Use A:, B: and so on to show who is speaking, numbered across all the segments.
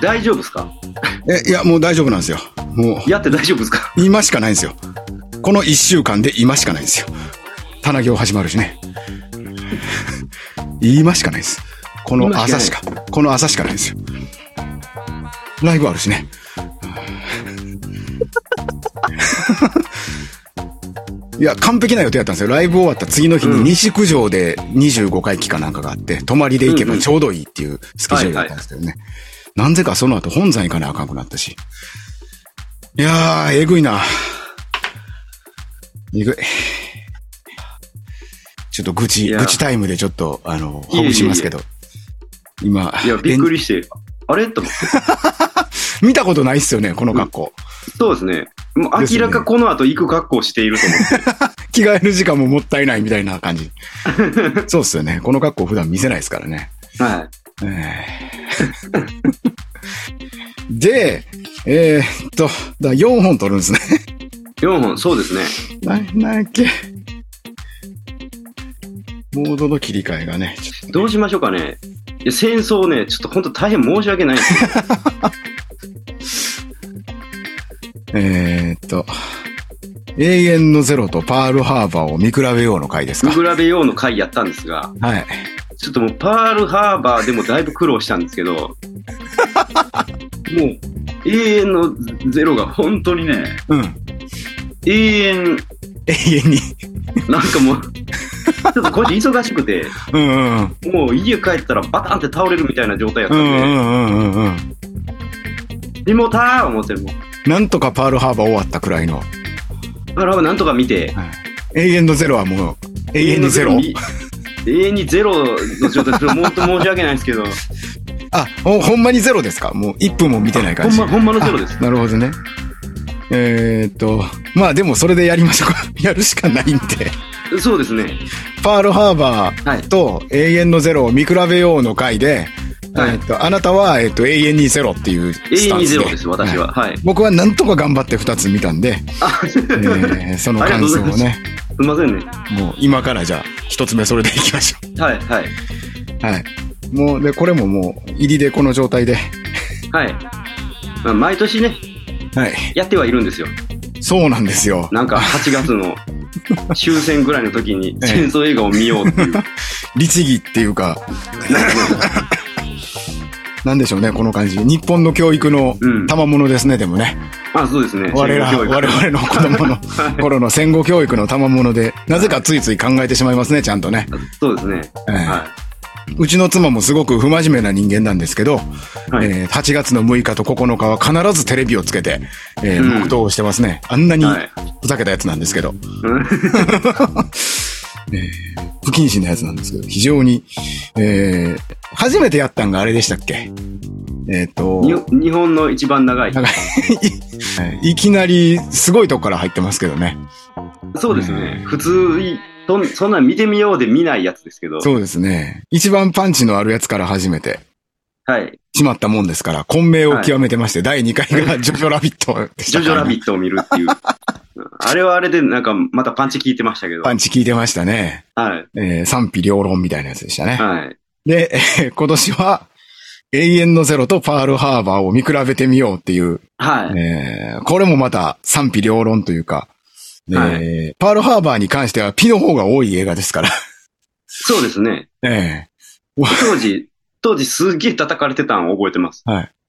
A: 大丈夫ですか
B: え、いや、もう大丈夫なんですよ。もう、
A: やって大丈夫ですか
B: 今しかないんですよ。この一週間で今しかないんですよ。棚行始まるしね。今しかないです。この朝しか、この朝しかないんですよ。ライブあるしね。いや、完璧な予定だったんですよ。ライブ終わった次の日に
A: うん
B: 西九条で25回忌かなんかがあって、泊まりで行けばちょうどいいっていうスケジュールだったんですけどね。なんぜかその後本山行かなあかんくなったし。いやー、えぐいな。えぐい。ちょっと愚
A: い
B: 痴、
A: や
B: 愚痴タイムでちょっと、あの、
A: いえいえいえ
B: ほぐしますけど。今、
A: いや、びっく
B: り。
A: りして、あれと思って。
B: 見たことないっすよね、この格好。
A: そうですね。もう
B: です
A: 明
B: よね
A: らかこの後行く格好していると思って。
B: 着替える時間ももったいないみたいな 感じ。そうっすよね。この格好普段見せないですからね。
A: はい。
B: え ーで、えーっと、だ4本撮るんですね。
A: 4本、そうですね。
B: な、なんやっけ。モードの切り替えがね、ちょっと
A: どうしましょうかね。いや、戦争ね、ちょっと本当大変申し訳ないですけど。
B: えーっと、永遠のゼロとパールハーバーを見比べようの回ですか。
A: 見比べようの回やったんですが、
B: はい。
A: ちょっともうパールハーバーでもだいぶ苦労したんですけど、もう永遠のゼロが本当にね、
B: うん。
A: 永遠、
B: 永遠に。
A: なんかもう、ちょっとこっち忙しくて、
B: うんうん
A: もう家帰ったらバタンって倒れるみたいな状態やっ
B: う
A: た
B: ん。うんうんんうんうんうん。
A: で、リモーター思ってもう、
B: なんとかパールハーバー終わったくらいの。
A: パールハーバーなんとか見て、
B: 永遠のゼロはもう、永遠にゼロ。
A: 永遠にゼロの状態それもう本当申し訳ないんですけど、
B: あ、ほほんまにゼロですかもう1分も見てない
A: ほ
B: 感
A: ん
B: じ。
A: ま、ほんまのゼロです。
B: なるほどね。えーっと、まあでもそれでやりましょうか。 やるしかないんで。
A: そうですね。
B: パールハーバー
A: はい。
B: と永遠のゼロを見比べようの回で、
A: はい
B: えーっとあなたは、えーっと永遠にゼロっていう
A: 永
B: ス
A: 遠
B: タン
A: に
B: ス
A: ゼ
B: で
A: ロです、私は。はい。
B: 僕はなんとか頑張って2つ見たん で、
A: あ、す
B: えーその感想
A: ありがとう
B: を
A: ござ
B: ね、
A: いませんね。
B: もう今からじゃあ1つ目それでいきましょ
A: はい、 はい。
B: う。はい。もう、で、これももう入りでこの状態で、
A: はい。まあ、毎年ね、
B: はい。
A: やってはいるんですよ。
B: そうなんですよ。
A: なんか8月の終戦ぐらいの時に
B: ええ
A: 戦争映画を見ようってい う。なんか
B: 律儀っていう か、
A: ね
B: なんでしょうね、この感じ。日本の教育の
A: うん。
B: 賜物ですね、でもね。
A: まあそうですね。
B: 我ら、
A: 戦後教
B: 我
A: 育
B: 々の子供の頃の戦後教育の賜物で、なぜかついつい考えてしまいますね、ちゃんとね。
A: そうですね。
B: ええ
A: は
B: うちの妻もすごく不真面目な人間なんですけど、
A: い。はい。
B: えー8月の6日と9日は必ずテレビをつけて、えー
A: うん
B: 黙祷をしてますね。あんなに
A: はい
B: ふざけたやつなんですけど、
A: うん
B: 不謹慎なやつなんですけど、非常に、えー初めてやったんがあれでしたっけえっ、と、
A: に日本の一番長い。
B: 長いいきなりすごいとこから入ってますけどね。
A: そうです
B: う
A: ね。普通い、そんそんなん見てみようで見ないやつですけど。
B: そうですね。一番パンチのあるやつから始めて。
A: はい。
B: しまったもんですから、混迷を極めてまして、第2回 がジョジョラビットで
A: ジ
B: した
A: ョ
B: から
A: ジョラビットを見る っていう。あれはあれでなんかまたパンチ効いてましたけど。
B: パ
A: はい
B: ン。チ聞いてましたね。
A: はい。
B: えー賛否両論みたいなやつでしたね。
A: はい。
B: で、えー今年は、永遠のゼロとパールハーバーを見比べてみようっていう、えーこれもまた賛否両論というか、えー
A: は
B: パールハーバーに関してはピの方が多い映画ですから、
A: そうですね。
B: えー
A: 当時、当時すげえ叩かれてたんを覚えてます。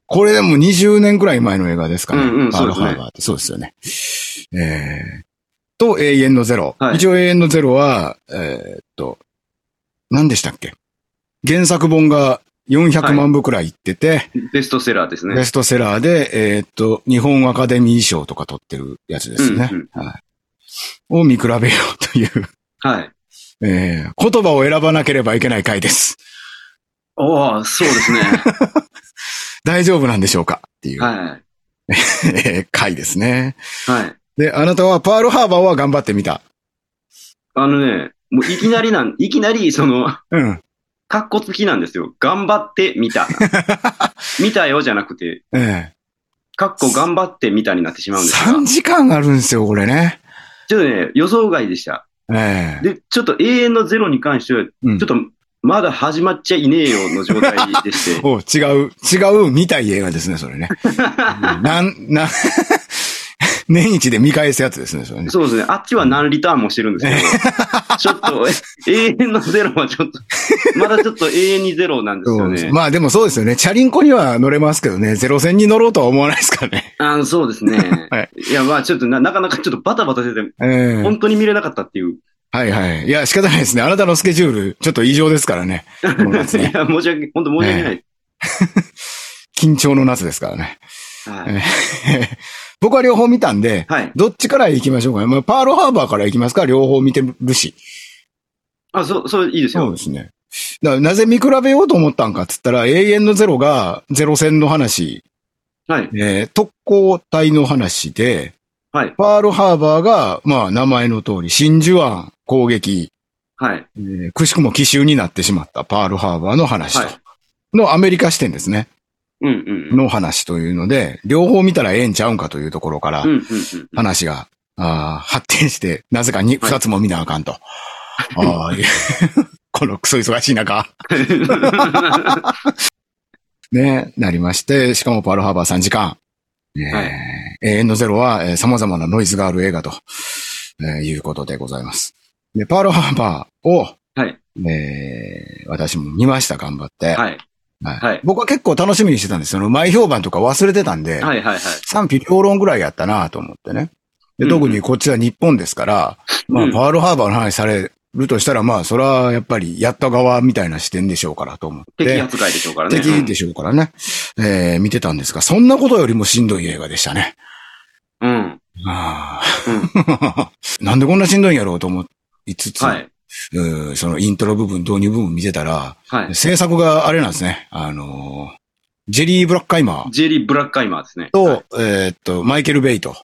B: これでも20年くらい前の映画ですから、
A: うんうん
B: パールハーバーって。そうですよね。えー、と、永遠のゼロ。
A: はい
B: 一応永遠のゼロは、えーっと、何でしたっけ原作本が400万部くらいいってて、
A: ベストセラーですね
B: ベ。ストセラーで、えーっと、日本アカデミー賞とか取ってるやつですね。
A: うん
B: はい、を見比べようという、
A: はい。
B: えー言葉を選ばなければいけない回です。
A: おおそうです ね。
B: 大丈夫なんでしょうかっていう、
A: はい。
B: えー回ですね。
A: はい。
B: で、あなたはパールハーバーは頑張ってみた。
A: あのね、もういきなりなん、いきなりその、
B: うん。
A: かっこつきなんですよ。頑張ってみた。 見たよじゃなくて、
B: え
A: かっこ頑張ってみたになってし
B: え
A: まうんですが
B: 3、時間あるんですよ、これね。
A: ちょっとね、予想外でした。
B: ええ
A: で、ちょっと永遠のゼロに関しては、ち
B: うん
A: ょっとまだ始まっちゃいねえよの状態でして。
B: おう違う、違う見たい映画ですね、それね。なん、なん、 年一で見返すやつですね、それ ね。
A: そうですね。あっちは何リターンもしてるんですけ ど、ちょっと、え永遠のゼロはちょっと、まだちょっと永遠にゼロなんですよ
B: そう
A: ね。
B: まあでもそうですよね。チャリンコには乗れますけどね、ゼロ戦に乗ろうとは思わないですからね。
A: あそうですね。、
B: はい
A: や、まあちょっとな、なかなかちょっとバタバタしてて、
B: ええ
A: 本当に見れなかったっていう。
B: はいはい。いや、仕方ないですね。あなたのスケジュール、ちょっと異常ですから ね。この夏
A: いや
B: ね。、
A: 申し訳、本当申し訳ない。
B: 緊張の夏ですからね。
A: はい。
B: 僕は両方見たんで、
A: はい。
B: どっちから行きましょうかね。まあ、パールハーバーから行きますか両方見てるし。
A: あ、そう、そう、いいです
B: そう
A: よ。
B: ですね。だからなぜ見比べようと思ったんかっつったら、永遠のゼロがゼロ戦の話、
A: はい。
B: えー特攻隊の話で、
A: はい。
B: パールハーバーが、まあ、名前の通り、真珠湾攻撃、
A: はい。
B: えーくしくも奇襲になってしまったパールハーバーの話と、
A: はい
B: のアメリカ視点ですね。
A: うんうんうん。
B: の話というので、両方見たらええんちゃうんかというところから
A: うん、うん うん。
B: 話が、あー発展して、なぜかに
A: はい
B: 二つも見なあかんと。あーいや このクソ忙しい中、ね、なりまして、しかもパールハーバー3時間。ね
A: はい
B: えー永遠のゼロは、えー様々なノイズがある映画と、えーいうことでございます。で、パールハーバーを、
A: はい
B: えー私も見ました、頑張って、
A: はい。
B: はい
A: はい
B: 僕は結構楽しみにしてたんですよ。その前評判とか忘れてたんで、
A: はいはいはい。
B: 賛否両論ぐらいやったなと思ってね。で、
A: うん
B: 特にこっちは日本ですから、ま
A: う
B: あ、
A: ん
B: パールハーバーの話されるとしたら、まあ、それはやっぱりやった側みたいな視点でしょうからと思って。
A: 敵扱いでしょうからね。
B: 敵でしょうからね。えー見てたんですが、そんなことよりもしんどい映画でしたね。
A: うん。
B: ああ なんでこんなしんどいんやろうと思いつつ、
A: はい。
B: うんそのイントロ部分、導入部分見てたら、
A: はい。
B: 制作があれなんですね。あのージェリー・ブラックカイマー
A: ジェリー・ブラックカイマーですね。
B: と、えーっと、マイケル・ベイと、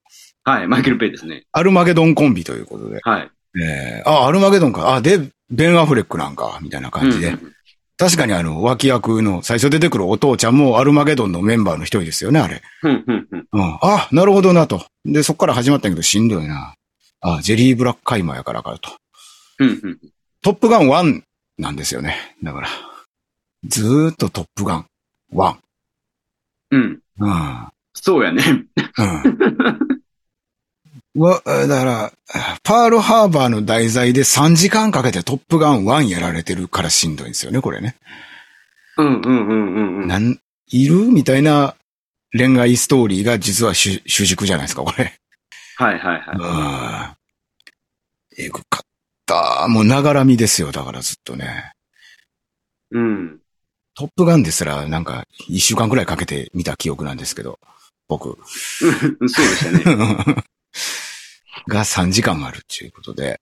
A: はい。マイケル・ペイですね。
B: アルマゲドンコンビということで、
A: はい。
B: えー、あ、アルマゲドンか。あ、で、ベン・アフレックなんか、みたいな感じで。
A: うんうんうん
B: 確かにあの、脇役の最初出てくるお父ちゃんもアルマゲドンのメンバーの一人ですよね、あれ。
A: うんうんうん。
B: うん。あ、なるほどなと。で、そっから始まったんやけどしんどいな。あ、ジェリー・ブラック・カイマーやからかと。
A: うんうん。
B: トップガン1なんですよね。だから。ずーっとトップガン1。
A: うん。
B: うん。
A: そうやね。
B: うん。わ、だから、パールハーバーの題材で3時間かけてトップガン1やられてるからしんどいんですよね、これね。
A: うんうんうんうんうん。
B: なん、いるみたいな恋愛ストーリーが実は主主軸じゃないですか、これ。
A: はいはいはい。
B: うん。えぐかった。もうながらみですよ、だからずっとね。
A: うん。
B: トップガンですら、なんか、一週間くらいかけて見た記憶なんですけど、僕。
A: そうでしたね。
B: が3時間あるっていうことで、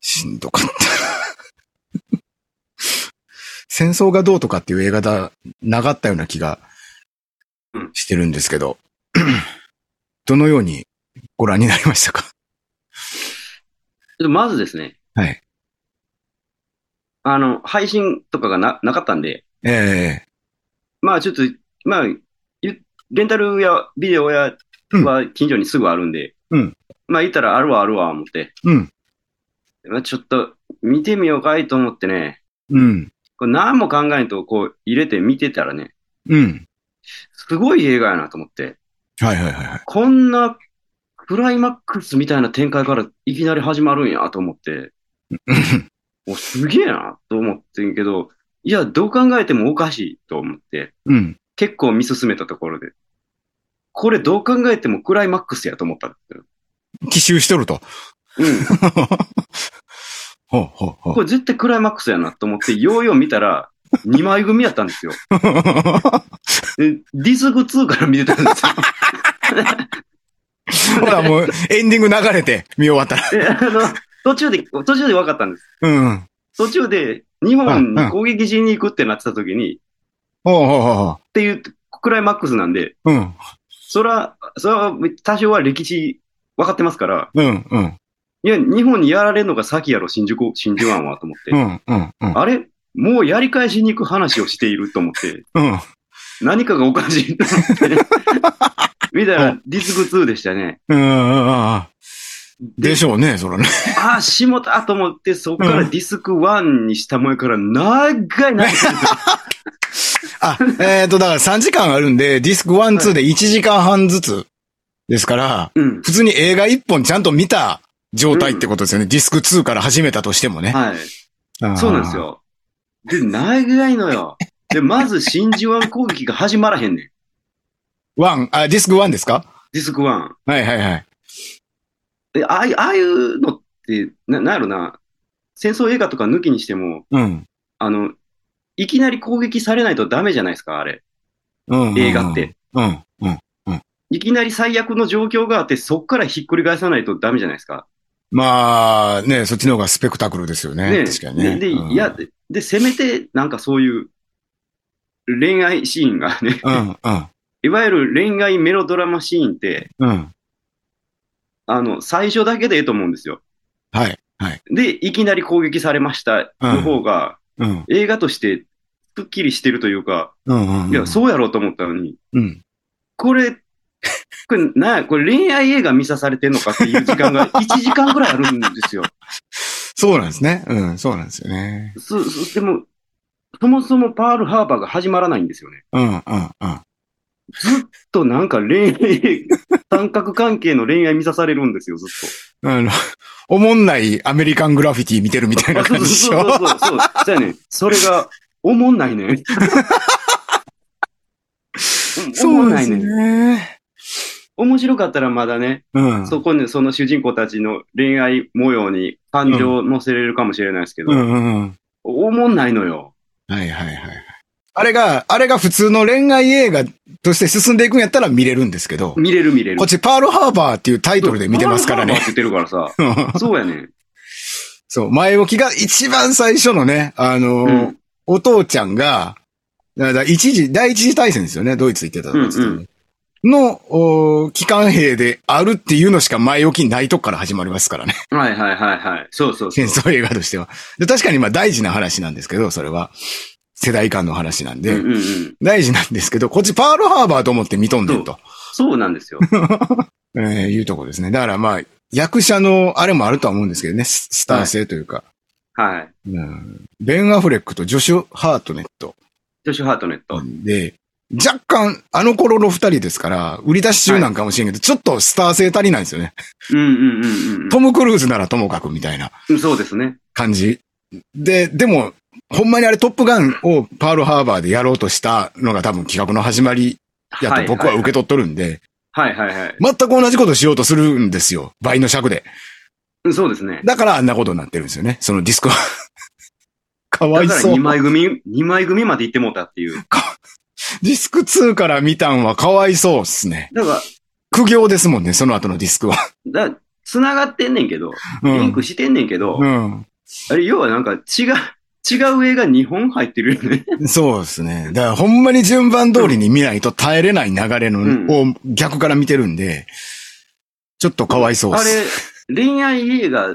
B: しんどかった。 戦争がどうとかっていう映画だ、なかったような気が
A: うん
B: してるんですけど、 どのようにご覧になりましたか
A: ちょっとまずですね。
B: はい。
A: あの、配信とかがな、なかったんで、
B: え
A: まあちょっと、まあ、ゆレンタルやビデオや
B: うん
A: は近所にすぐあるんで、
B: うん
A: まあ言ったらあるわあるわ思って、
B: えうん。
A: まあ、ちょっと見てみようかいと思ってね、
B: うん。
A: これ何も考えんとこう入れて見てたらね、
B: うん。
A: すごい映画やなと思って、
B: はいはいはいはい。
A: こんなクライマックスみたいな展開からいきなり始まるんやと思って、おすげえなと思ってんけど、いや、どう考えてもおかしいと思って、
B: うん。
A: 結構見進めたところで、これどう考えてもクライマックスやと思ったんですよ。
B: 奇襲しとると。
A: うん。
B: ほうほうほう
A: こ。れ絶対クライマックスやなと思って、ようよう見たら、2枚組やったんですよ。でディスク2から見てたんですよ。
B: ほらもうエンディング流れて見終わったら。
A: であの、途中で、途中で分かったんです。
B: うん。
A: 途中で、日本に攻撃しに行くってなってた時に、っ
B: ほうほうほうほう。
A: ていうクライマックスなんで、
B: うん、
A: そら、そら、多少は歴史分かってますから、
B: うん、うん、
A: いや、日本にやられるのが先やろ、新宿、新宿湾はと思って。
B: うん、うん、うん、
A: あれもうやり返しに行く話をしていると思って、
B: うん。
A: 何かがおかしいと思って、見たらディスク2でしたね。
B: うん、うん、うん。でしょうね、そらね。
A: ああ、しもたと思って、そこからディスク1にしたもんやから、長い長い。
B: あ、えっ、と、だから3時間あるんで、ディスク1、2で1時間半ずつですから、
A: うん。
B: 普通に映画1本ちゃんと見た状態ってことですよね。ディスク2から始めたとしてもね。
A: はい。
B: あー
A: そうなんです。よ。で、長いのよ。で、まず真珠湾攻撃が始まらへんねん。
B: 1、あ、ディスク1ですか
A: ディスク1。
B: はいはいはい。
A: で、ああいう、ああいうのって、な、なんやろな。戦争映画とか抜きにしても、
B: うん。
A: あの、いきなり攻撃されないとダメじゃないですか、あれ。
B: うん、
A: 映画って。。
B: うん。うん。
A: いきなり最悪の状況があって、そっからひっくり返さないとダメじゃないですか。
B: まあ、ね、そっちの方がスペクタクルですよね。確かにね。
A: で、で
B: うん
A: いや、、でで、せめて、なんかそういう、恋愛シーンがね、
B: うん、うん、
A: いわゆる恋愛メロドラマシーンって、
B: うん。
A: あの、最初だけでええと思うんですよ。
B: はい、はい。
A: で、いきなり攻撃されましたの方が、
B: うん、
A: 映画として、すっきりしてるというか、
B: うん、うん。
A: いや、そうやろうと思ったのに、
B: うん。
A: これ、 これ、なんや、これ恋愛映画見さされてんのかっていう時間 が1時間ぐらいあるんですよ。
B: そうなんですね。うん、そうなんですよね。
A: そ、そ、でも、そもそもパールハーバーが始まらないんですよね。
B: うん、うん、うん。
A: ずっとなんか恋愛、三角関係の恋愛見さされるんですよ、ずっ
B: あの、 おもんないアメリカングラフィティ見てるみた
A: と。
B: いな
A: あそ
B: 感
A: う
B: じでし
A: そう
B: ょ
A: そうそう、そう、そうやねんそれが、おもんない ねん。うんおもんないねん。
B: ね。
A: 面白かったらまだね、
B: うん。
A: そこにその主人公たちの恋愛模様に感情を乗せれるかもしれないですけど、
B: うん、うん、うん。
A: おもんないのよ。
B: はい、はい、はいはい。あれが、あれが普通の恋愛映画として進んでいくんやったら見れるんですけど、
A: 見れる見れる。
B: こっちパールハーバーっていうタイトルで見てますから
A: パ
B: ね
A: ー。ルハーバーって言ってるからさ。そうやねん。
B: そう、前置きが一番最初のね、あのー
A: うん
B: お父ちゃんが、だだ一時、第一次大戦ですよね、ドイツ行ってた時ですよね
A: うん
B: の、おー機関兵であるっていうのしか前置きないとこから始まりますからね。
A: はいはいはいはい。そうそうそう。
B: 戦争映画としては。で確かにまあ大事な話なんですけど、それは。世代間の話なんで。
A: うんうんうん。
B: 大事なんですけど、こっちパールハーバーと思って見とんでんと、
A: そうなん ですよ。
B: えーいうとこですね。だからまあ、役者のあれもあるとは思うんですけどね、ススター性というか。
A: はい。
B: うんベン・アフレックとジョシュ・ハートネット
A: ジョシュ・ハートネット。
B: で、若干、あの頃の二人ですから、売り出し中なんかもしれんけど、ちょっとスター性足りないんですよね。
A: うんうんうん
B: トム・クルーズならともかくみたいな
A: うん。そうですね。
B: 感じ。で、でも、ほんまにあれトップガンをパールハーバーでやろうとしたのが多分企画の始まりやと僕は受け取っとるんで、
A: はいはいはい。
B: 全く同じことしようとするんですよ。倍の尺で。
A: うんそうですね。
B: だからあんなことになってるんですよね。そのディスコ。 かわ
A: だ
B: い
A: から
B: そう
A: 2。枚組、二枚組まで行ってもうたっていう。
B: ディスク2から見たんはかわいそうっすね。
A: だか
B: 苦行ですもんね、その後のディスクは。
A: ら、だ繋がってんねんけど、
B: う
A: リン
B: ん。
A: クしてんねんけど、
B: うん。
A: あれ、要はなんか違う、違う映画2本入ってるよね。
B: そうですね。だからほんまに順番通りに見ないと耐えれない流れの、
A: うん
B: を逆から見てるんで、ちょっとかわいそうっ
A: あ
B: す。
A: れ、恋愛映画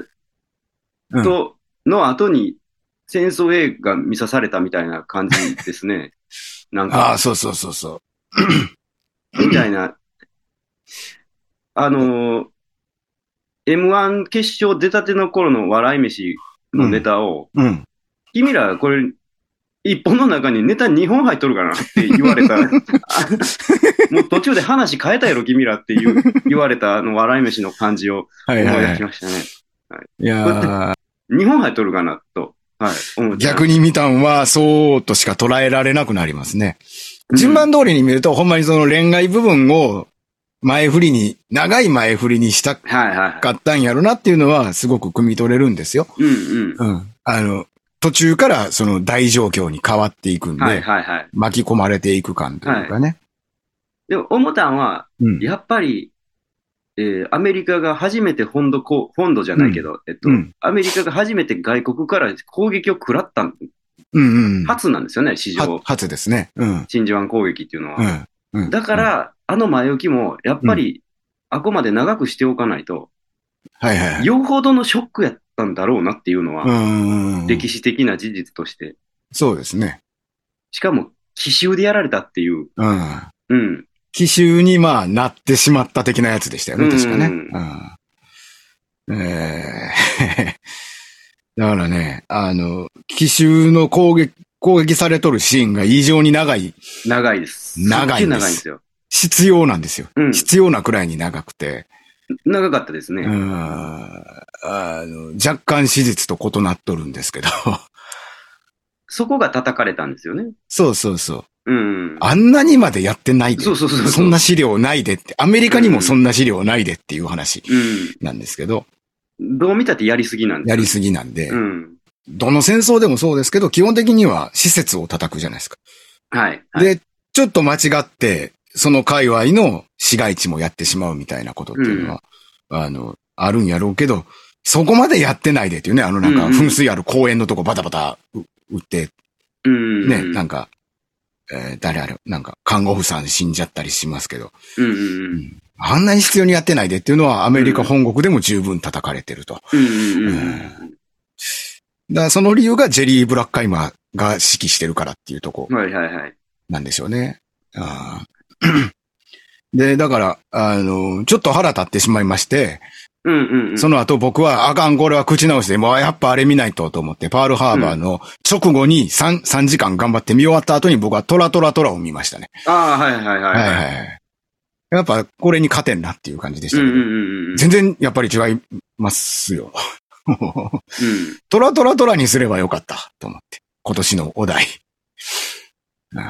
A: と、の後に戦争映画見さされたみたいな感じです ね。なん
B: ああ、
A: か、
B: そうそうそうそう。
A: みたいな。あのー M1 決勝出たての頃の笑い飯のネタを、
B: うん。
A: 君らこれ、一本の中にネタ2本入っとるかなって言われ た。あもう途中で話変えたやろ、君らっていう言われたあの笑い飯の感じを
B: はい
A: 思い
B: はいは
A: 出
B: い
A: し。ましたね。
B: いやー
A: 日本入っとるかなと、はい、思っちゃう
B: 逆に見たんは、そうとしか捉えられなくなりますね。順番通りに見ると、ほんまにその恋愛部分を前振りに、長い前振りにした
A: はいはいはい。
B: かったんやろなっていうのは、すごく汲み取れるんですよ。
A: うんうん。
B: うん。あの、途中からその大状況に変わっていくんで、
A: はいはいはい。
B: 巻き込まれていく感というかね。
A: でも、思ったんは、
B: うん。
A: やっぱり、えーアメリカが初めて本土こ、本土じゃないけど、えっと、
B: うん
A: アメリカが初めて外国から攻撃を食らった、
B: うんうん。
A: 初なんですよね、史上
B: は。初ですね。うん。
A: 真珠湾攻撃っていうの
B: う
A: は。
B: ん。うん
A: だか、
B: うん
A: ら、あの前置きも、やっぱり、あくまで長くしておかないと、
B: はいはいはい。
A: よほどのショックやったんだろうなっていうの
B: う
A: は、
B: ん。
A: 歴史的な事実として。
B: そうですね。
A: しかも、奇襲でやられたっていう、
B: うん。
A: うん。
B: 奇襲にまあなってしまった的なやつでしたよね、確かね。
A: う
B: うんん。ええ だからね、あの、奇襲の攻撃、攻撃されとるシーンが異常に長い、
A: 長いです。
B: 長い
A: すっげえ
B: んです
A: 長いんですよ。
B: 必要なんですよ。
A: うん。
B: 必要なくらいに長くて、
A: 長かったです
B: う
A: ね。
B: ん、あの、若干史実と異なっとるんですけど、
A: そこが叩かれたんですよね。
B: そうそうそう。
A: うん。
B: あんなにまでやってないで。
A: そうそうそうそう
B: そんな資料ないでって、アメリカにもそんな資料ないでっていう話
A: うん。
B: なんですけど、
A: どう見たってやりすぎなんです
B: や
A: よ
B: りすぎなんで、
A: うん。
B: どの戦争でもそうですけど、基本的には施設を叩くじゃないですか。
A: はい。はい、
B: で、ちょっと間違って、その界隈の市街地もやってしまうみたいなことっていうのは、あの、あるんやろうけど、そこまでやってないでっていうね、あのなんか
A: うんうん
B: 噴水ある公園のとこバタバタう撃って、
A: うん。
B: ね、なん
A: か。
B: か、えー誰あれ、なんか看護婦さん死んじゃったりしますけど、
A: うんうんうん。
B: あんなに必要にやってないでっていうのはアメリカ
A: うん
B: 本国でも十分叩かれてると。
A: うんうんう
B: うんだからその理由がジェリー・ブラッカイマーが指揮してるからっていうとこ
A: うん。はいはいはい。
B: なんでしょうね。あーで、だから、あの、ちょっと腹立ってしまいまして、
A: うんうんうん。
B: その後僕は、あかん、これは口直して、もうやっぱあれ見ないとと思って、パールハーバーの直後に 3, 3時間頑張って見終わった後に僕はトラトラトラを見ましたね。
A: ああ、はいはいはい。
B: はいはいはい。やっぱこれに勝てんなっていう感じでし
A: う
B: た
A: ん
B: け
A: う
B: ど、
A: んうんうん。
B: 全然やっぱり違いますよ。
A: うん
B: トラトラトラにすればよかったと思って、今年のお題。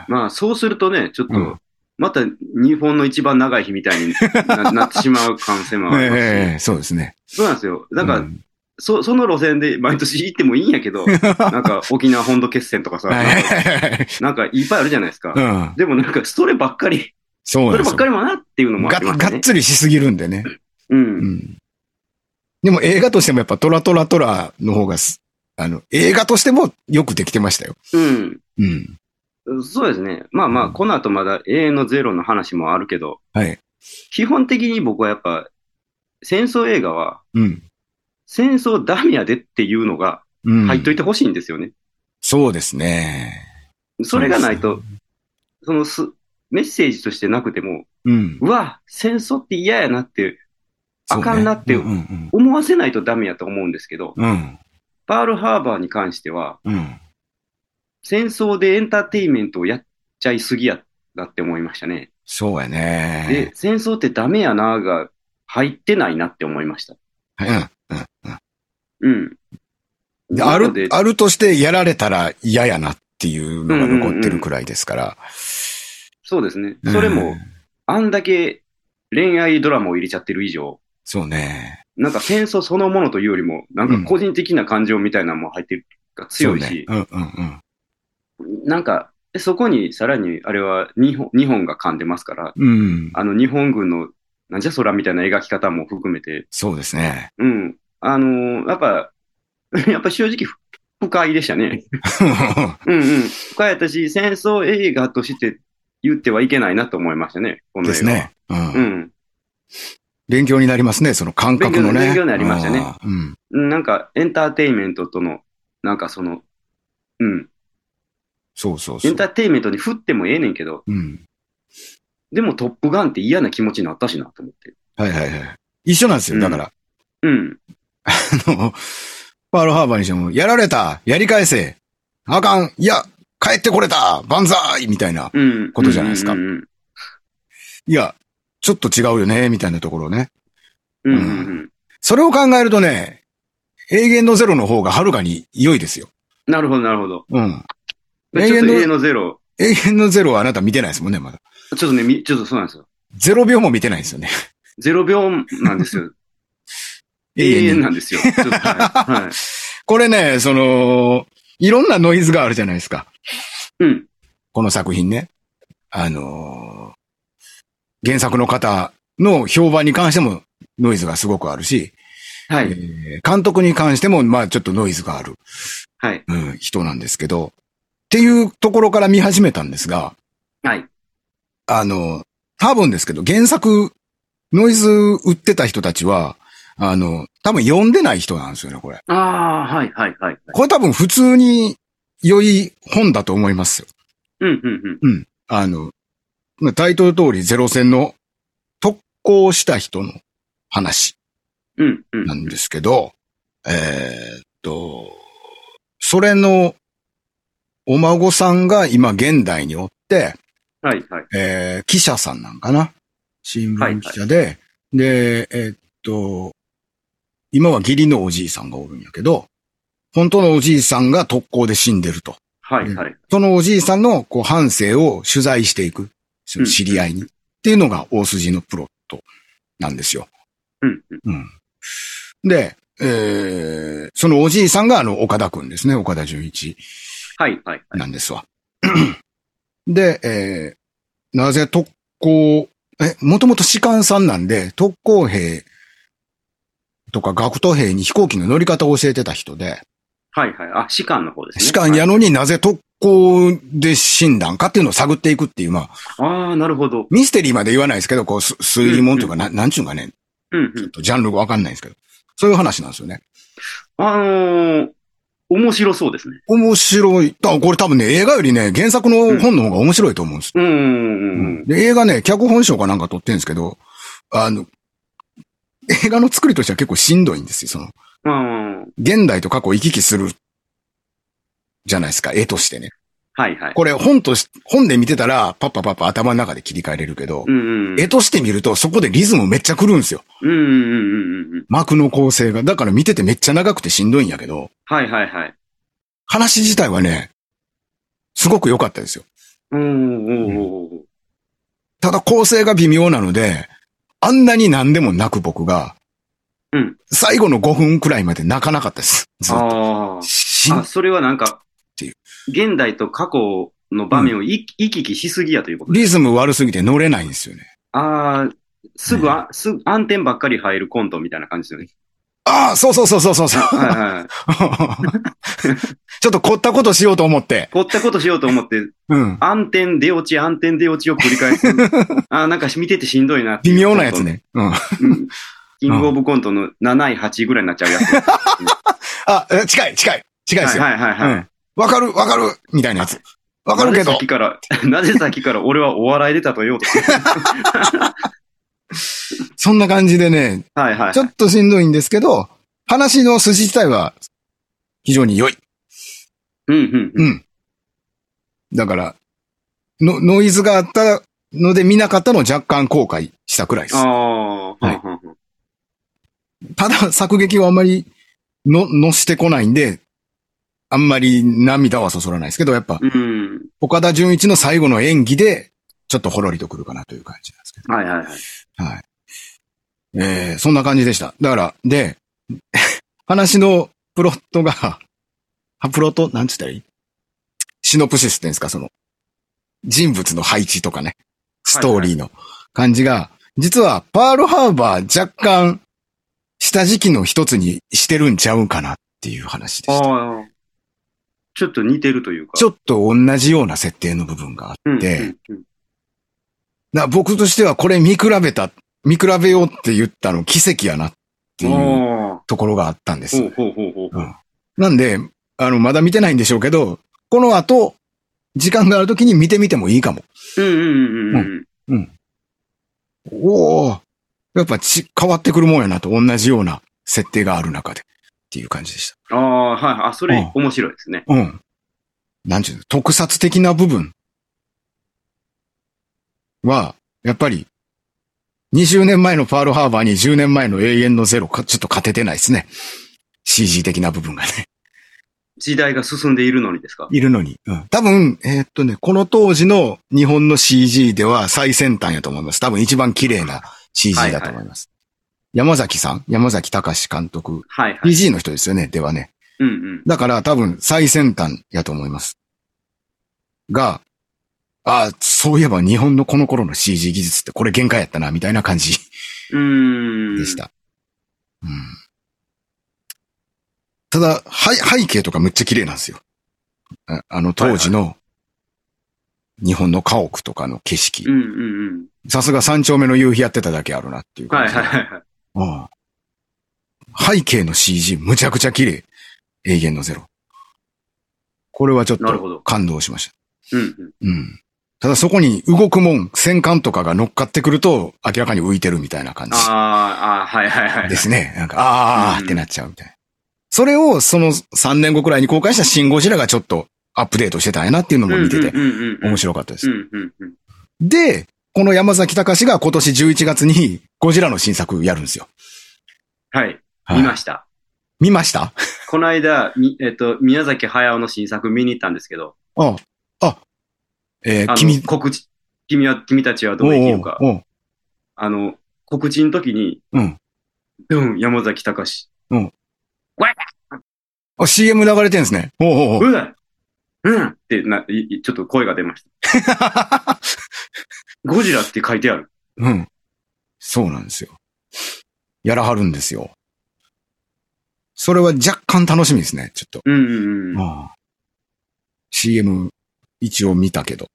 A: まあ、そうするとね、ちょっと、
B: うん
A: また日本の一番長い日みたいにな なってしまう可能性もありますし、
B: ええそうですね。
A: そうなんですよ。なんか、
B: うん
A: そ、その路線で毎年行ってもいいんや けど、なんか沖縄本土決戦とかさ、
B: はいはいはいはい
A: なんかいっぱいあるじゃないですか。
B: うん。
A: でもなんか、そればっかり、
B: そう
A: そ
B: なん
A: れ
B: です
A: ばっ
B: よ
A: か。りもなっていうのもあ
B: が
A: りました
B: がっ
A: ね。
B: つりしすぎるんでね。
A: う。
B: うんん。でも映画としてもやっぱトラトラトラの方がす、あの、映画としてもよくできてましたよ。
A: うん。
B: うん。
A: そうですね。まあまあ、この後まだ永遠のゼロの話もあるけど、
B: はい。
A: 基本的に僕はやっぱ、戦争映画は、
B: うん。
A: 戦争ダメやでっていうのが
B: うん。
A: 入っといてほしいんですよね。
B: そうですね。
A: それがない
B: そう
A: と、そのすメッセージとしてなくても、
B: うん。
A: うわ、戦争って嫌やなってあかんなって
B: そうねうん
A: 思わせないとダメやと思うんですけど、
B: うん。うん。
A: パールハーバーに関しては、
B: うん。
A: 戦争でエンターテインメントをやっちゃいすぎやなって思いましたね。
B: そうや
A: で
B: ね。、
A: 戦争ってダメやなが入ってないなって思いました。
B: うん。うん。
A: うん。
B: であ
A: なので
B: る、あるとしてやられたら嫌やなっていうのが残ってるくらいですから。
A: そうですね。それ
B: う
A: も
B: ん、、
A: あんだけ恋愛ドラマを入れちゃってる以上、
B: そうね。
A: なんか戦争そのものというよりも、なんか個人的な感情みたいなのも入ってるが強いし、
B: そうね。うんうんうん。
A: なんか、そこにさらに、あれは日本日本が噛んでますから、
B: うん。
A: あの日本軍のなんじゃそらみたいな描き方も含めて、
B: そうですね。
A: うん、あのーやっぱ、 やっぱ正直、不快でしたね。うんうん。不快やったし、戦争映画として言ってはいけないなと思いましたね、この映画。
B: です。ね。うん
A: うん。
B: 勉強になりますね、その感覚の
A: 勉強
B: ね。
A: に勉強になりましたね
B: うん。
A: なんか、エンターテインメントとの、なんかその、うん。
B: そうそうそ
A: エ
B: う
A: ンタ。ーテインメントに振ってもええねんけど、
B: うん。
A: でもトップガンって嫌な気持ちになったしなと思って。
B: はいはいはい。一緒なんです
A: う
B: よ。
A: ん
B: だから、
A: うん。
B: あの、パールハーバーにしても、やられたやり返せあかんいや帰ってこれた万歳みたいな。
A: うん。
B: ことじゃないですか
A: うんうん
B: いや、ちょっと違うよねみたいなところをね。
A: うんうんうんうん。
B: それを考えるとね、永遠のゼロの方がはるかに良いですよ。
A: なるほど、なるほど。
B: うん。
A: ちょ
B: 永
A: っと
B: 遠の
A: 永遠のゼロ。
B: 永遠のゼロはあなた見てないですもんね、まだ。
A: ちょっとね、みちょっとそうなんですよ。
B: ゼロ秒も見てないですよ ね。
A: ゼロ秒なんです よ。永遠なんですよ。ちょっとはい。はい
B: これね、その、いろんなノイズがあるじゃないですか。
A: うん。
B: この作品ね。あのー原作の方の評判に関してもノイズがすごくあるし、
A: は
B: え
A: い。
B: ー監督に関しても、まあちょっとノイズがある、
A: はい。
B: うん、人なんですけど、っていうところから見始めたんですが、
A: はい。
B: あの、多分ですけど、原作、ノイズ売ってた人たちは、あの、多分読んでない人なんですよね、これ。
A: ああ、はい、はい、はい。
B: これ多分普通に良い本だと思いますよ。
A: うん、うん、
B: あの、まあタイトル通りゼロ戦の特攻した人の話
A: うん、うん。
B: なんですけど、えーっと、それのお孫さんが今現代におって、
A: はい、はい。
B: えー記者さんなんかな新聞記者で、で、えーっと、今は義理のおじいさんがおるんやけど、本当のおじいさんが特攻で死んでると。
A: はい、はい。
B: そのおじいさんのこう反省を取材していく。その知り合いに。っていうのが大筋のプロットなんですよ。
A: うん、うん。
B: で、えー、そのおじいさんがあの、岡田くんですね。岡田純一
A: はい、はい、はい。
B: なんですわ。 で、えー、なぜ特攻、え、もともと士官さんなんで、特攻兵とか学徒兵に飛行機の乗り方を教えてた人で、
A: はい、はい。あ、士官の方ですね。
B: 士官や
A: はい
B: のになぜ特攻で死んだんかっていうのを探っていくっていう、まあ、
A: ああ、なるほど。
B: ミステリーまで言わないですけど、こう、す推理もんというか、ななんちゅうかね、
A: うん、うん。
B: ジャンルがわかんないですけど、そういう話なんですよね。
A: あのー、面白そうですね。
B: 面白い。あこれ多分ね、映画よりね、原作の本の方が面白いと思うんです。
A: うんうんうん。
B: で映画ね、脚本賞かなんか撮ってるんですけど、あの、映画の作りとしては結構しんどいんですよ。その、
A: うん。うん
B: 現代と過去を行き来する、じゃないですか、絵としてね。
A: はいはい。
B: これ本とし、本で見てたら、パッパパッパ頭の中で切り替えれるけど
A: う、んうん。
B: 絵として見ると、そこでリズムめっちゃ来るんですよ。
A: うんうんうんうん。
B: 幕の構成が。だから見ててめっちゃ長くてしんどいんやけど、
A: はいはいはい。
B: 話自体はね、すごく良かったですよ。
A: うんうんうん。
B: ただ構成が微妙なので、あんなに何でも泣く僕が、
A: うん
B: 最後の5分くらいまで泣かなかったです。ずっと。
A: ああ。
B: し
A: あ、それはなんか
B: ていう、
A: 現代と過去の場面をい行き来しすぎやということ
B: リズム悪すぎて乗れないんですよね。
A: ああ、すぐあ、すぐ暗転ばっかり入るコントみたいな感じです よね。
B: ああ、そうそうそうそうそう そう。
A: はいはい。
B: ちょっと凝ったことしようと思って。
A: こったことしようと思って、
B: うん。
A: 暗転出落ち、暗転出落ちを繰り返 す。ああ、なんか見ててしんどいなってい
B: 微
A: う
B: 妙なやつね。うん。
A: うん。キングオブコントの7位、8位ぐらいになっちゃうやつ。
B: あ、え近い、近い。近いですよ。
A: はいはいはい、はい。
B: うん。わかる、わかる、みたいなやつ。わかるけ
A: なぜ
B: ど
A: さっ。きから、 なぜさっきから俺はお笑いで例えようとしてる。
B: そんな感じでね、
A: はいはい。
B: ちょっとしんどいんですけど、話の筋自体は非常に良い。
A: うんうんうん。
B: だから、のノイズがあったので見なかったのを若干後悔したくらいです。
A: ああ、
B: はい
A: うんうんうん
B: ただ、作劇はあんまりの、のしてこないんで、あんまり涙はそそらないですけど、やっぱ、
A: うん。
B: 岡田純一の最後の演技で、ちょっとほろりとくるかなという感じなんですけ
A: はいはいはい。
B: ど。はい。えー、そんな感じでした。だから、で、 話のプロットが、 あプロット、なんつったらいいシノプシスっていうんですか、その、人物の配置とかね、ストーリーの感じが、実はパールハーバー若干、下敷きの一つにしてるんちゃうんかなっていう話でした。
A: ああ。ちょっと似てるというか。
B: ち
A: ょっ
B: ょっと同じような設定の部分があって、
A: うん
B: だか
A: うん
B: ら僕としてはこれ見比べた、見比べようって言ったの奇跡やなって
A: うん
B: いう
A: ああ。
B: ところがあったんです
A: ほ。うほうほうほう。
B: なんで、あの、まだ見てないんでしょうけど、この後、時間がある時に見てみてもいいかも。
A: うんうんうんうん。
B: おおやっぱち、変わってくるもんやなと、同じような設定がある中で、っていう感じでした。
A: ああ、はいはい。あ、それ面白いですね。
B: うん。なんちゅうの、特撮的な部分は、やっぱり、20年前のパールハーバーに10年前の永遠のゼロか、ちょっと勝ててないですね。CG 的な部分がね。
A: 時代が進んでいるのにですか
B: いるのに。うん。多分、えーっとね、この当時の日本の CG では最先端やと思います。多分一番綺麗な CG だと思います。山崎さん山崎隆監督。
A: はいはい。
B: CG の人ですよね、ではね。
A: うんうん。
B: だから多分最先端やと思います。が、ああ、そういえば日本のこの頃の CG 技術ってこれ限界やったな、みたいな感じ
A: うーん。
B: でし。た。うん。ただ、はい、背景とかめっちゃ綺麗なんですよ。ああの当時の日本の家屋とかの景色
A: う。んうん
B: さすが三丁目の夕日やってただけあるなっていう
A: うん。は
B: 感
A: い
B: じ。
A: はいはいはい。
B: うん背景の CG むちゃくちゃ綺麗。永遠のゼロ。これはちょっ
A: なるほど
B: と感動しました。
A: うんうん。
B: うん。ただそこに動くもん、戦艦とかが乗っかってくると、明らかに浮いてるみたいな感じ
A: あーあー、はいはいはい。
B: ですね。なんか、あ
A: う
B: ーあー
A: ん
B: ってなっちゃうみたいな。それをその3年後くらいに公開したシンゴジラがちょっとアップデートしてたんやなっていうのも見てて
A: うんうんうん、白
B: 面白かったです。
A: うんうんうん。
B: で、この山崎隆が今年11月にゴジラの新作やるんですよ。
A: はい、
B: はい
A: 見ました。
B: 見ました
A: この間、みえっと、宮崎駿の新作見に行ったんですけど、
B: ああ、えー
A: あの
B: 君、
A: 告知、君は、君たちはどう生きるか。
B: おうおう
A: あの、告知の時に、
B: うん。
A: うん、山崎隆。
B: おうあ CM 流れてるんですね。おうおうおう
A: うんうんってな、いいちょっと声が出ました。ゴジラって書いてある。
B: うん。そうなんですよ。やらはるんですよ。それは若干楽しみですね、ちょっと。
A: うんうんうん。
B: ああ CM 一応見たけど。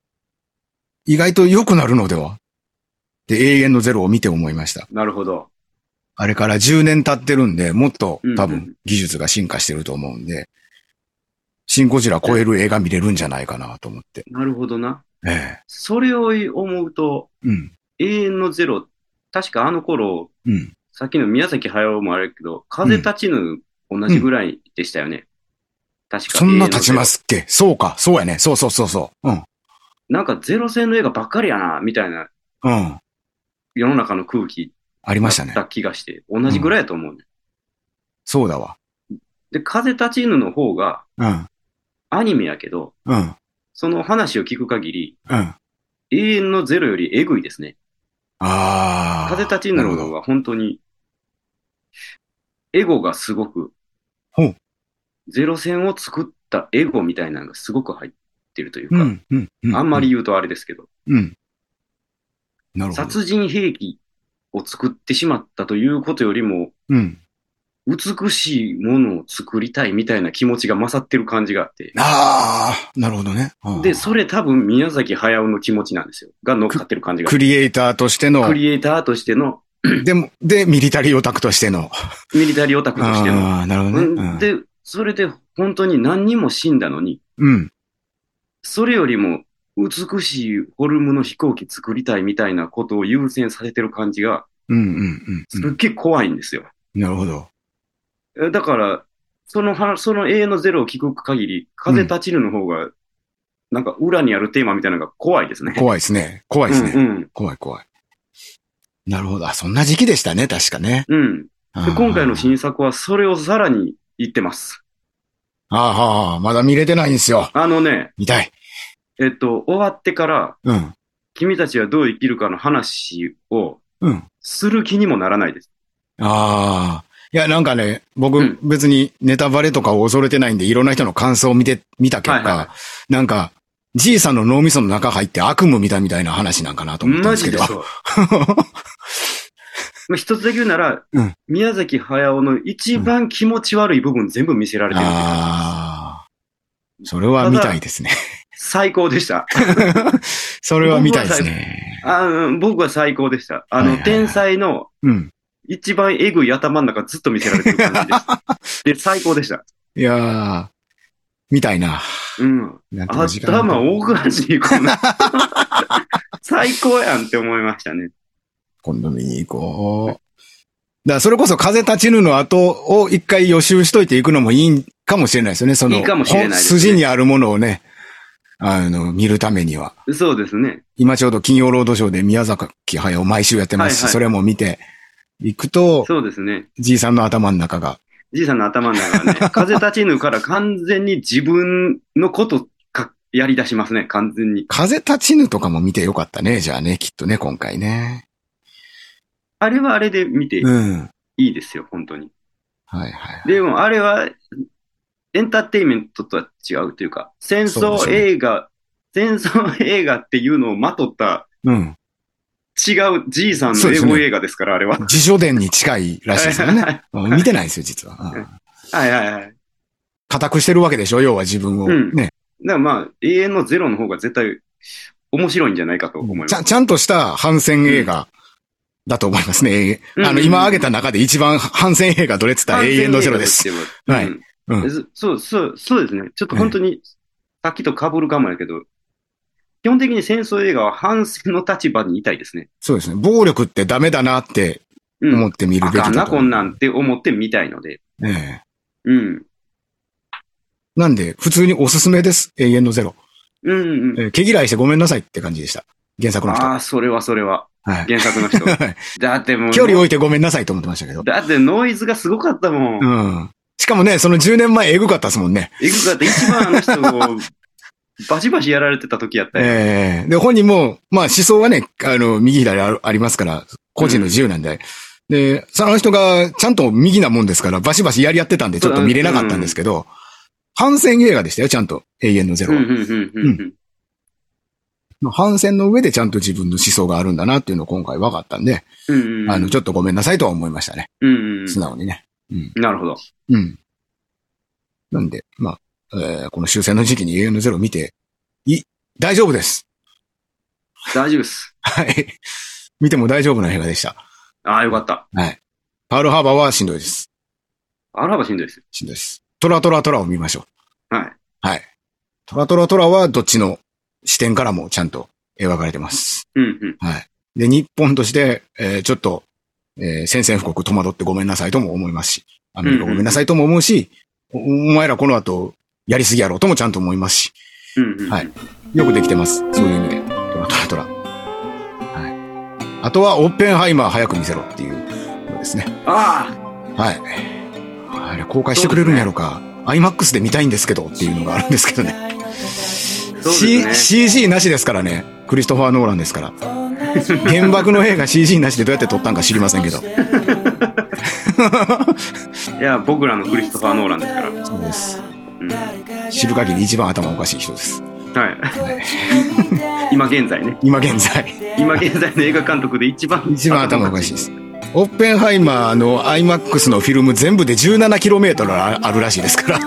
B: 意外と良くなるのではで、永遠のゼロを見て思いました。
A: なるほど。
B: あれから10年経ってるんで、もっと多
A: うんう
B: 分技術が進化してると思うんで、シンゴジラ超える映画見れるんじゃないかなと思って。
A: なるほどな。
B: ええ。
A: それを思うと、
B: うん。
A: 永遠のゼロ、確かあの頃、
B: うん。
A: さっきの宮崎駿もあれやけど、風立ちぬ同じぐらいでしたよね。確か。
B: そんな経ちますすっけそうか、そうやね。そうそうそうそう。うん。
A: なんかゼロ戦の映画ばっかりやな、みたいな
B: うん。
A: 世の中の空気
B: あり
A: だ
B: ま
A: っ
B: したね。
A: た気がして、同じぐらいやと思う、ね
B: そうだわ。
A: で、風立ちぬの方が
B: うん。
A: アニメやけど、
B: うん。
A: その話を聞く限り、
B: うん。あ
A: 永遠のゼロよりエグいですね。
B: あー。
A: 風立ちぬの方が本当に、エゴがすごく
B: ほう、
A: ゼロ戦を作ったエゴみたいなのがすごく入ってるという
B: う
A: か、
B: ん。うん。うん。
A: あんまり言うとあれですけど、
B: うん。なるほど。
A: 殺人兵器を作ってしまったということよりも、
B: うん。
A: 美しいものを作りたいみたいな気持ちが勝ってる感じがあって、
B: ああ、なるほどね。うん
A: で、それ多分宮崎駿の気持ちなんですよ。が乗っかってる感じが
B: ク。リエイターとしての
A: ク、リエイターとしての、
B: でも、で、ミリタリーオタクとしての。
A: ミリタリーオタクとしての。
B: ああ、なるほどね。うん
A: んで、それで本当に何人も死んだのに、
B: うん。
A: それよりも美しいフォルムの飛行機作りたいみたいなことを優先されてる感じが、
B: うん、うん、
A: す
B: う
A: っ
B: ん。
A: げえ怖いんですよ。
B: なるほど。
A: えだから、その話、その永遠のゼロを聞く限り、風立ちぬの方が、なんか裏にあるテーマみたいなのが怖いですね。
B: 怖いですね。怖いですね。
A: うん、
B: 怖い、怖い。なるほど。あ、そんな時期でしたね、確かね。
A: うん。うん。で
B: あー
A: 今回の新作はそれをさらに言ってます。
B: ああ、まだ見れてないんですよ。
A: あのね、
B: 見たい。
A: えっと、終わってから、
B: うん。
A: 君たちはどう生きるかの話を
B: うん。
A: する気にもならないです。
B: ああ。いや、なんかね、
A: う
B: 僕
A: ん、
B: 別にネタバレとかを恐れてないんで、いろんな人の感想を見て、見た結
A: はいはい
B: 果、なんか、じいさんの脳みその中入って悪夢見たみたいな話なんかなと思ったん
A: マ
B: ですけ
A: ジで
B: ど。
A: そう。まあ一つだけ言うなら、
B: うん
A: 宮崎駿の一番気持ち悪い部分全部見せられてるんで、
B: ああ。それは見たいですね。
A: 最高でした。
B: それは見たいですね。
A: あうん僕は最高でした。あの、
B: はいはいはい
A: 天才の
B: うん。
A: 一番エグい頭の中ずっと見せられてる感じで した。で、最高でした。
B: いやー、見たいな。
A: うん。
B: なんて時間が
A: 頭おかしい、こん な。最高やんって思いましたね。
B: 今度見に行こう。だからそれこそ風立ちぬの後を一回予習しといていくのもいいんかもしれないですよね。その、
A: いいかもしれないですね
B: 本筋にあるものをね、あの、見るためには。
A: そうですね。
B: 今ちょうど金曜ロードショーで宮崎駿を毎週やってます
A: はい
B: し、
A: はい
B: それも見ていくと、
A: そうですね。
B: じいさんの頭の中が、
A: じいさんの頭の中 はね、風立ちぬから完全に自分のことかやり出しますね、完全に。
B: 風立ちぬとかも見てよかったね。じゃあね、きっとね、今回ね。
A: あれはあれで見てい
B: うん。
A: いですよ、本当に。
B: はいはい。
A: でも、あれは、エンターテインメントとは違うというか、戦
B: そう
A: 争
B: で
A: 映画、戦争映画っていうのをまとった
B: うん。
A: 違うじいさん
B: そ
A: の
B: うで
A: 英
B: すね
A: 語映画ですから、あれは。
B: 自叙伝に近いらしいですよね。
A: は
B: うん見てないですよ、実は。うん
A: いはいはい。だか
B: 固くしてるわけでしょ要は自分を。
A: うん
B: ね。
A: らまあ、永遠のゼロの方が絶対面白いんじゃないかと思いま
B: ちゃ
A: す。
B: ちゃんとした反戦映画だと思いますね。
A: うん
B: あの、今挙げた中で一番反戦映画どれって言ったら永遠のゼロです。
A: 完全に
B: は
A: 永
B: い
A: 遠のゼロです。
B: う
A: うん
B: ん。
A: そそう、そう、そうですね。ちょっと本当に、さっきと被るかもやけど、基本的に戦争映画は反戦の立場にいたいですね。
B: そうですね。暴力ってダメだなって
A: うん。
B: 思って見る
A: あ
B: べきだと
A: かんな、こんなんって思って見たいので。
B: ええ
A: うん。
B: なんで、普通におすすめです。永遠のゼロ。
A: うんうん。
B: えー毛嫌いしてごめんなさいって感じでした。原作の人。
A: あ
B: は
A: あ、それはそれは。
B: い。
A: 原作の 人。だってもう。
B: 距離置いてごめんなさいと思ってましたけど。
A: だってノイズがすごかったもん。
B: うん。しかもね、その10年前エグかったですもんね。
A: エグかって一番あの人をバシバシやられてた時やったよ。
B: ええで、本人も、まあ思想はね、あの、右左あるありますから、個人の自由なんで。で、その人がちゃんと右なもんですから、バシバシやり合ってたんでちょっと見れなかったんですけど、反戦映画でしたよ、ちゃんと。永遠のゼ
A: う
B: ロ
A: ん
B: は。
A: うんうんうん
B: まあ反戦の上でちゃんと自分の思想があるんだなっていうのを今回分かったんで、
A: うん。うんうん。
B: あの、ちょっとごめんなさいとは思いましたね。
A: うんうん
B: 素直にね。
A: なるほど。
B: うん。なんで、まあ、えーこの終戦の時期に永遠のゼロを見て、い、大丈夫です。
A: 大丈夫です。
B: はい。見ても大丈夫な映画でした。
A: ああ、よかった。
B: はい。パールハーバーはしんどいです。
A: あらばしんどいです。
B: しんどいです。トラトラトラを見ましょう。
A: はい。
B: はい。トラトラトラはどっちの視点からもちゃんと描かれてます。
A: うんうん。
B: はい。で、日本として、えーちょっと、えー宣戦布告戸惑ってごめんなさいとも思いますし、アメリカごめんなさいとも思うし、おお前らこの後、やりすぎやろうともちゃんと思いますし、
A: うんうん。
B: はい。よくできてます。そういう意味で。トラトラトラ。はい。あとは、オッペンハイマー早く見せろっていうのですね。
A: あ
B: はい。あれ、公開してくれるんやろうか。IMAX で見たいんですけどっていうのがあるんですけどね。
A: あ、そうですね。
B: C、g なしですからね。クリストファー・ノーランですから。原爆の映画 CG なしでどうやって撮ったんか知りませんけど。
A: いや、僕らのクリストファー・ノーランですから。
B: そうです。知
C: 知
B: る
C: る
B: 限
C: 限
B: り
C: り
B: 一番頭おかしい人です。
A: はい。今現在ね。
B: 今現在。
A: 今現在の映画監督で一番。
B: 一番頭おかしいです。オッペンハイマーの IMAX のフィルム全部で 17km あるらしいですから。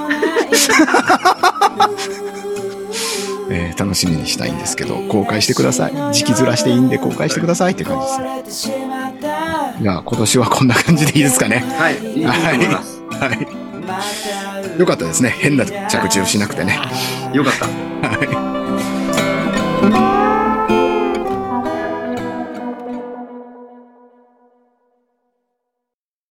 B: えー楽しみにしたいんですけど、公開してください。時期ずらしていいんで公開してくださいって感じですね。いや、今年はこんな感じでいいですかね。
A: はい。いいと思います。
B: はい。よかったですね。変な着地をしなくてね。
A: よかった。
B: は
C: 「
B: い。